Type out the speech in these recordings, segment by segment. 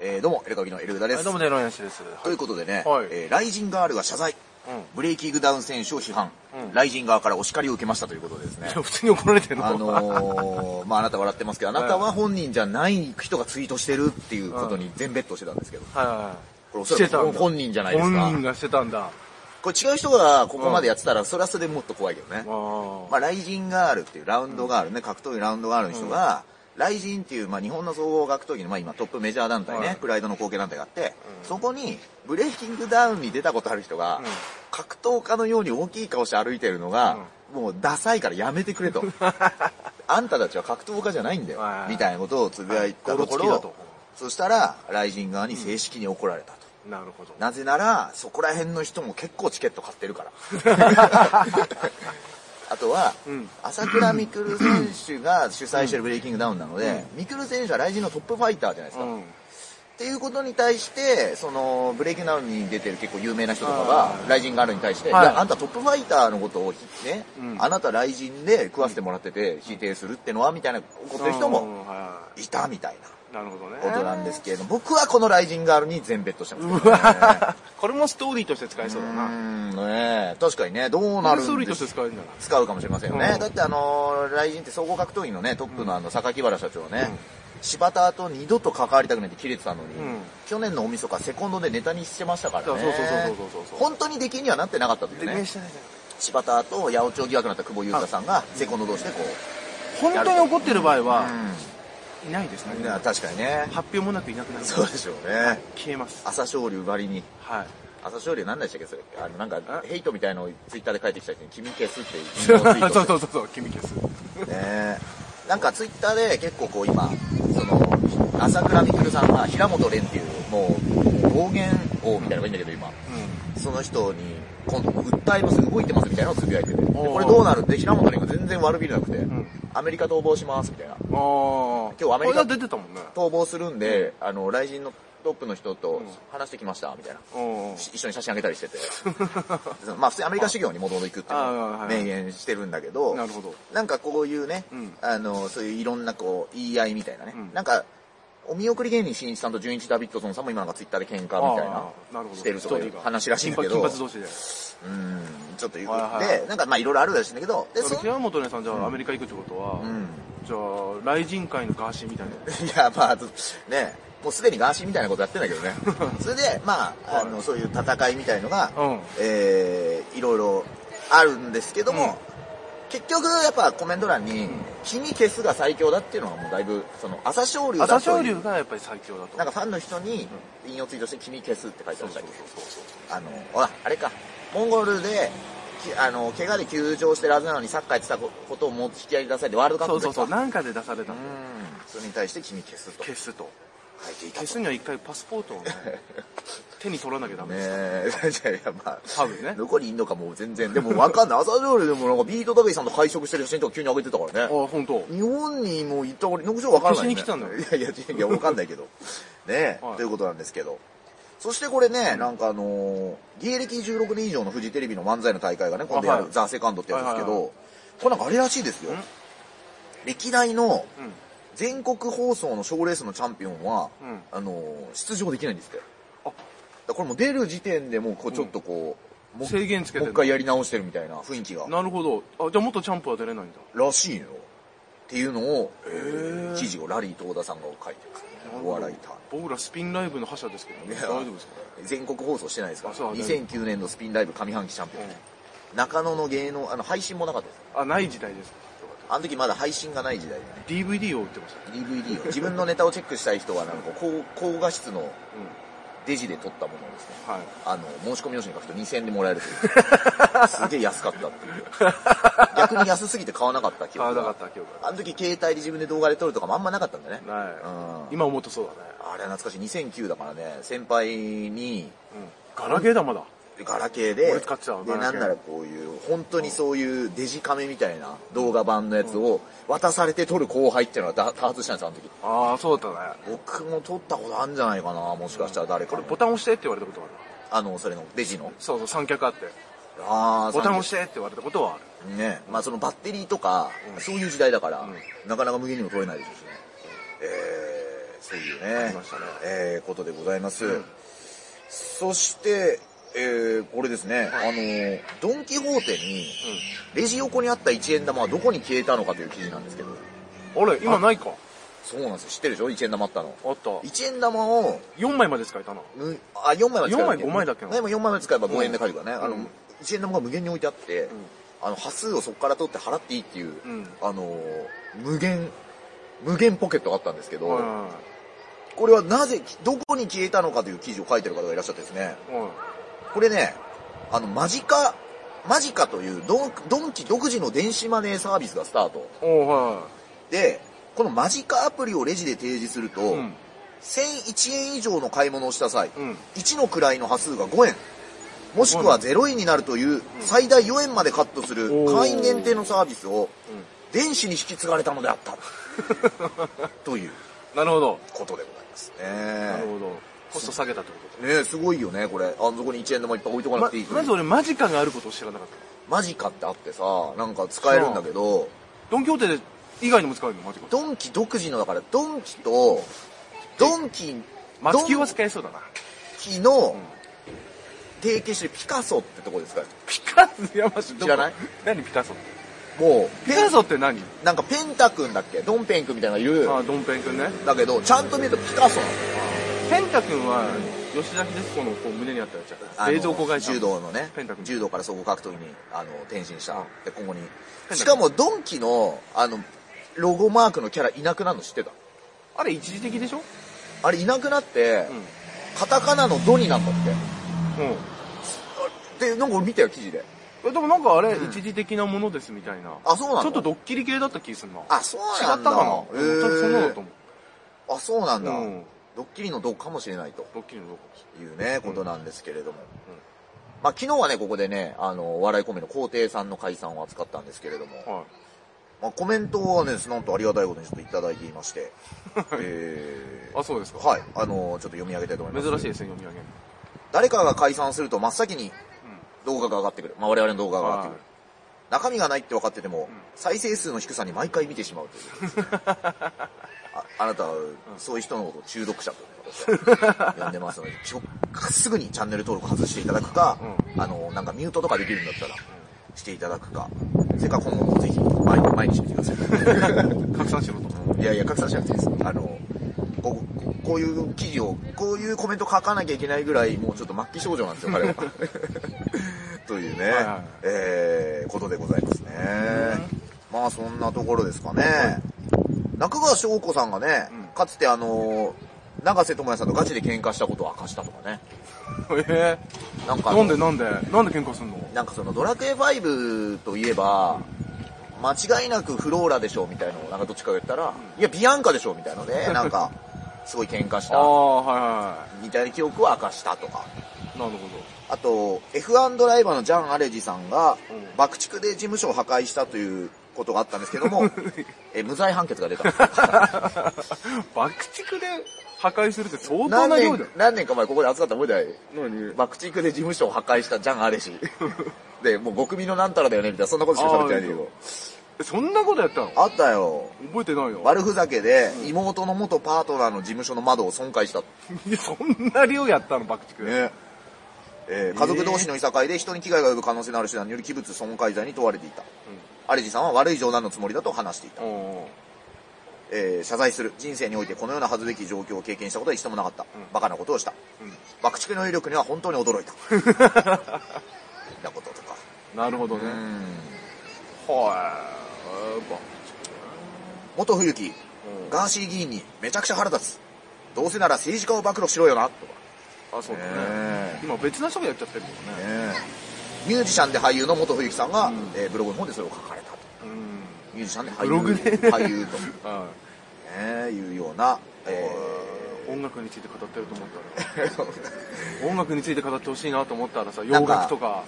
えーどうも、エルカブリのエルウダではす。いどうもね、ロヤンシです。ということでね、はいえーライジンガールが謝罪。うんブレイキングダウン選手を批判、うんライジン側からお叱りを受けましたということでですね。 普通に怒られてんのあのー、まあ、あなた笑ってますけど、あなたは本人じゃない人がツイートしてるっていうことに全ベットしてたんですけど、はいはこれおい。そらく本人じゃないです本か人。がしてたんだ。あこれ違う人がここまでやってたら、それはそれでもっと怖いけどね。ーまあ、ライジンガールっていうラウンドガールね、格闘技ラウンドガールの人が、ライジンっていう、まあ、日本の総合格闘技の、まあ、今トップメジャー団体ね、はいプライドの後継団体があって、そこにブレイキングダウンに出たことある人が、ん格闘家のように大きい顔して歩いてるのが、もうダサいからやめてくれ と。あんたたちは格闘家じゃないんだよは、いみたいなことをつぶやいたとこゴロつきだろと、そしたら、ライジン側に正式に怒られたと。なるほど。なぜなら、そこら辺の人も結構チケット買ってるから。 あとは、うん朝倉未来選手が主催してるブレイキングダウンなので、未来選手は来人のトップファイターじゃないですうか。っん。ていうことに対して、その、ブレイキングダウンに出てる結構有名な人とかがあ、ーライジンがあるに対して、、はいいや、あんたトップファイターのことをひ、ね、うんあなた来人で食わせてもらってて否定するってのは、みたいな怒ってる人もうんはいたみたいな。いなるほどね。ことなんですけれども、僕はこのライジンガールに全ベットしてますけどね、うわこれもストーリーとして使えそうだうな。ーんねえ確かにね、どうなるストーんリーでしとして使えるんじゃない使うかもしれませんよね。うんだってあのー、ライジンって総合格闘技のね、トップのあの、榊原社長はね、柴田と二度と関わりたくないって切れてたのに、うん去年の大晦日セコンドでネタにしてましたからね。そうそうそうそうそうそう本当に出禁にはなってなかったというで、ねね。してないじ柴田と八百長疑惑になった久保優太さんが、セコンド同士でこう、ゃん本当に怒ってる場合うは、んいないですね。いや。確かにね。発表もなくいなくなる。そうでしょうね。消えます。朝青龍ばりに。はい。朝青龍何でしたっけそれ。あの、なんか、えヘイトみたいのをツイッターで書いてきた人に、君消すっていう。そう そうそうそう、君消す。ねなんかツイッターで結構こう今、その、朝倉未来さんは平本蓮っていう、もう、暴言王みたいなのがいいんだけど今、うその人に、今度訴えます、動いてますみたいなのをつぶやいてて、でおーこれどうなるって平本蓮が全然悪びれなくて、んアメリカ逃亡しますみたいな。ん。ああ。今日アメリカこれが出てたもんね。逃亡するんで、あの、来人のトップの人とうん話してきました、みたいな。うんうん。一緒に写真あげたりして て。まあ普通にアメリカ修行に戻り行くっていうのをあーはいは明い言してるんだけど、なるほど。なんかこういうね、うんあの、そういういろんなこう、言い合いみたいなね。うんなんか、お見送り芸人しんいちさんとじゅんいちダビッドソンさんも今なんかツイッターで喧嘩みたいなあ、ーなるほどしてるとストかいーリうーが話らしいんだけ金ど、髪金う髪同士でん、ちょっと言う、はいはいで、なんかまあいろいろあるらしいんだけど、で、そそれ平本ねさんじゃあアメリカ行くってことは、うん。じゃあ雷神界のガーシーみたいな いや、まあ、ね、もうすでにガーシーみたいなことやってんだ けどね。それで、まあ、あの、そういう戦いみたいのが、うんえーいろいろあるんですけども、うん結局やっぱコメント欄に、君消すが最強だっていうのがもうだいぶ、その、朝青龍だという朝青龍がやっぱり最強だとなんかファンの人に引用ツイートして君消すって書いてあそうるんだそうけど、そうそうあの、ほら、あれか、モンゴルで、きあの、怪我で休場してるはずなのにサッカーやってたことをもう引き合いに出されてワールドカッそうプでそうそううなんかで出されたん。それに対して君消すと書い消すとていた消と。すには一回パスポ ートをね手に取らなきゃダメねです、え、いやいや、まあ、多分ねどこにいんのかもう全然。でもわかんない。朝青龍でもなんかビートたけしさんと会食してる写真とか急に上げてたからあね。あ本当。日本にもう行った俺、野口上わかんない、ね。消しに来たんだよいやいや、いや、わかん ないけど。ねえ、はいということなんですけど。そしてこれね、なんかあのー芸歴16年以上のフジテレビの漫才の大会がね、今度やる、あはいザ・セカンドってやつですけど、はいこれなんかあれらしいですよん。歴代のうん全国放送の賞ーレースのチャンピオンは、うんあのー出場できないんですって。あだからこれもう出る時点でもうこうちょっとこう、もう制限つけてもうる一回やり直してるみたいな雰囲気が。なるほどあじゃあ元チャンプは出れないんだらしいの。っていうのを、ー記事をラリー東田さんが書いてる。お笑いターン。僕らスピンライブの覇者ですけど、ね、いや大丈夫ですか全国放送してないですから。あそう大丈夫2009年のスピンライブ上半期チャンピオン。うん中野の芸能、あの、配信もなかったです。あない時代ですかあの時まだ配信がない時代でね。 DVD を売ってました、 DVD を。自分のネタをチェックしたい人は、なんかこう、高高画質のデジで撮ったものをですね。うんはいあの、申し込み用紙に書くと2000円でもらえると いう。すげえ安かったっていう。逆に安すぎて買わなかった記買わ憶なかがっ。た記憶があの時携帯で自分で動画で撮るとかもあんまなかったんだね。なうんい今思うとそうだねあれは懐かしい。2009だからね、先輩に、うんガラケーだまだガラケーで、俺使ってたわで、ガなラケんーならこういう、本当にそういうデジカメみたいな動画版のやつを渡されて撮る後輩っていうのがだ多発したんですよ、あの時。ああそうだったね僕も撮ったことあるんじゃないかな、もしかしたら誰かこれに。ボタン押してって言われたことがあるあの、それの、デジの。そうそう三脚あってああ、ボタン押してって言われたことはあるね、まあそのバッテリーとか、うんそういう時代だから、うんなかなか無限にも取れないでしょうしね。えーそういうあねりましたねえーことでございます、うんそして、えーこれですね、あのードン・キホーテにレジ横にあった1円玉はどこに消えたのかという記事なんですけどあれ今ないかそうなんですよ知ってるでしょ1円玉あったのあった1円玉を4枚まで使えたなむあ4枚は使えば4枚5枚だっけなでも4枚まで使えば5円で借りるからね、うんあうのん1円玉が無限に置いてあって、あの端数をそこから取って払っていいっていう、うんあのー無限無限ポケットがあったんですけど、はいはこれはなぜどこに消えたのかという記事を書いてる方がいらっしゃってですねいはこれねあのマジカマジカというドンドンキ独自の電子マネーサービスがスタートいおうはでこのマジカアプリをレジで提示すると、いうん1001円以上の買い物をした際、うん1の位の端数が5円もしくは0円になるという最大4円までカットするおー会員限定のサービスを電子に引き継がれたのであった というなるほどことでございますなるねほどコスト下げたってことねえすごいよねこれあそこに1円玉いっぱい置いとかなまくていいまず俺マジカがあることを知らなかったマジかってあってさなんか使えるんだけどドン・キホーテで以外にも使えるのマジカドンキ独自のだからドンキとドンキド松ン木は使えそうだなキのうん提携してるピカソってとこですからピカソやまし知らない何ピカソってもうピカソって何なんかペンタ君だっけドンペン君みたいなのいるあドンペン君ねだけどちゃんと見るとピカソなのペンタ君は吉田秀彦のこう胸にあったやつあやの冷蔵庫会社柔道のねペンタ君柔道から総合格闘技にあの転身した、うんで今後に君しかもドンキのあのロゴマークのキャラいなくなるの知ってたあれ一時的でしょあれいなくなって、うんカタカナのドになったっうんてでなんか俺見たよ記事でえでもなんかあれうん一時的なものですみたいなあそうなのちょっとドッキリ系だった気すんな違あそうったなかんだなへうん多分そんなのだとー思うあそうなんだ、うんドッキリのドかもしれないとドッキリのどこかもしいうねことなんですけれども、うんまあ昨日はねここでねあのお笑いコンビの皇帝さんの解散を扱ったんですけれども、れないはいまあ、コメントはね、なんとありがたいことにちょっといただいていま して、えーあそうですかはい、あのーちょっと読み上げたいと思います。珍しいですね読み上げるの誰かが解散すると真っ先に動画が上がってくる。まあ、我々の動画が上がってくる。中身がないって分かってても、再生数の低さに毎回見てしまうというですね、ああなたは、そういう人のことを中毒者と私は呼んでますので、ちょすぐにチャンネル登録外していただくか、あのーなんかミュートとかできるんだったら、していただくか、それから今後もぜひ、毎日毎日見てください。うん拡散しろといやいや、拡散しなくていいです。あの、こうこうこういう記事を、こういうコメント書かなきゃいけないぐらい、もうちょっと末期症状なんですよ、彼 は。というね、はいはいえー、ことでございますね。まあ、そんなところですかね。中川翔子さんがね、うんかつてあの、永瀬智也さんとガチで喧嘩したことを明かしたとかね。えなんかーあのなんでなんでなんで喧嘩すんのなんかそのドラクエ5といえば、間違いなくフローラでしょうみたいなのを、なんかどっちかが言ったら、いや、ビアンカでしょうみたいなの で、なんか、すごい喧嘩しあた、あはいはみたいな記憶を明かしたとか。いなるほあと、F1 ドライバーのジャン・アレジさんがうん、爆竹で事務所を破壊したということがあったんですけど も、え無罪判決が出た。ど爆竹で破壊するって相当何な量年だよ、何年か前ここで扱った覚えてない何爆竹で事務所を破壊したジャン・アレ ジ。で、もう極みのなんたらだよね、みたいな、そんなことしか喋ってないんだけど。そんなことやったのあったよ。覚えてないよ悪ふざけで妹の元パートナーの事務所の窓を損壊した、いや そんな量やったの爆竹えー家族同士のいさかいで人に危害が及ぶ可能性のある手段による器物損壊罪に問われていた、アレジさんは悪い冗談のつもりだと話していた、うんうんうんえー謝罪する人生においてこのような恥ずべき状況を経験したことは一度もなかった、んバカなことをした、うん爆竹の威力には本当に驚 いたなこととかなるほどねうはいんえーば元冬木うんガーシー議員にめちゃくちゃ腹立つどうせなら政治家を暴露しろよなとかあそうだね、ね今別な人がやっちゃってるけどねねえミュージシャンで俳優の元冬木さんが、んえーブログの方でそれを書かれたと。うんミュージシャンで俳優。ブログで俳優と。ねはえ、いうような、えい音楽について語ってると思った ら音楽について語ってほしいなと思ったらさ洋なんか楽とか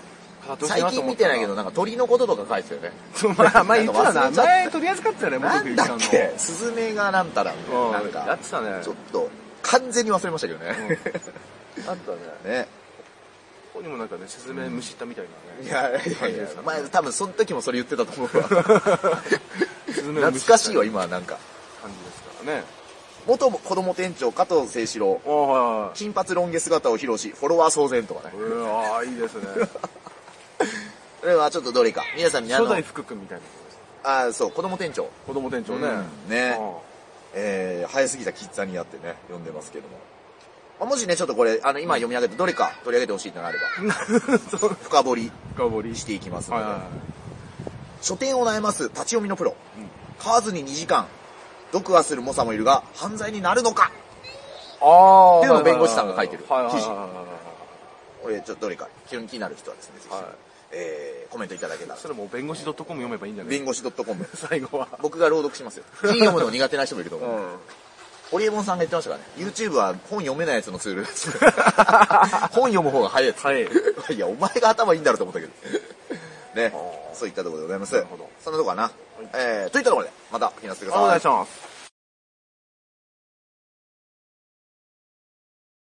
語ってー、ほしい最なと近思見ったてらないけど、なんか鳥のこととか書いてたよね。 そうまあ前言ってた ななんか忘れちゃった前取り扱ってたよね元な冬ん木ださんのっけスズメがなんたらみたいなうんなんか。やってたねちょっと、完全に忘れましたけどね。あったね ね。ここにもなんかねスズメ虫ったみたいないねや、いや感いじやですか、前多分その時もそれ言ってたと思うわ。スズメ懐虫ったかしいわ、今はなんか。感じですからね元子供店長加藤清志郎ああは金髪ロン毛姿を披露しフォロワー騒然とかねいはいうわあい いですねこれはちょっとどれか皆さんにあ初の代福君みたいなことですあーそう子供店長子供店長ね、うんねあえー、早すぎたキッザニアってね読んでますけども、まあ、もしねちょっとこれあの今読み上げてどれか取り上げてほしいってのがあればあそう 深掘り深掘りしていきますのはいで、はいはい書店を悩ます立ち読みのプロ、うん買わずに2時間読破する猛者もいるが犯罪になるのかああっていうのを弁護士さんが書いてるはいはいはい記事はこれちょっとどれか気になる人はですねぜひ、いはいえー、コメントいただけたらそれもう弁護士 .com 読めばいいんじゃない弁護士 .com 最後は僕が朗読しますよ字読むの苦手な人もいると思う、んホリエモンさんが言ってましたからね YouTube は本読めないやつの ツールだって本読む方が早いやつはい いや、お前が頭いいんだろうと思ったけど。ねあ、ーそういったところでございます。なるほどそんなとこかな。えー、といったところで、またお聞きなさいください。お願いします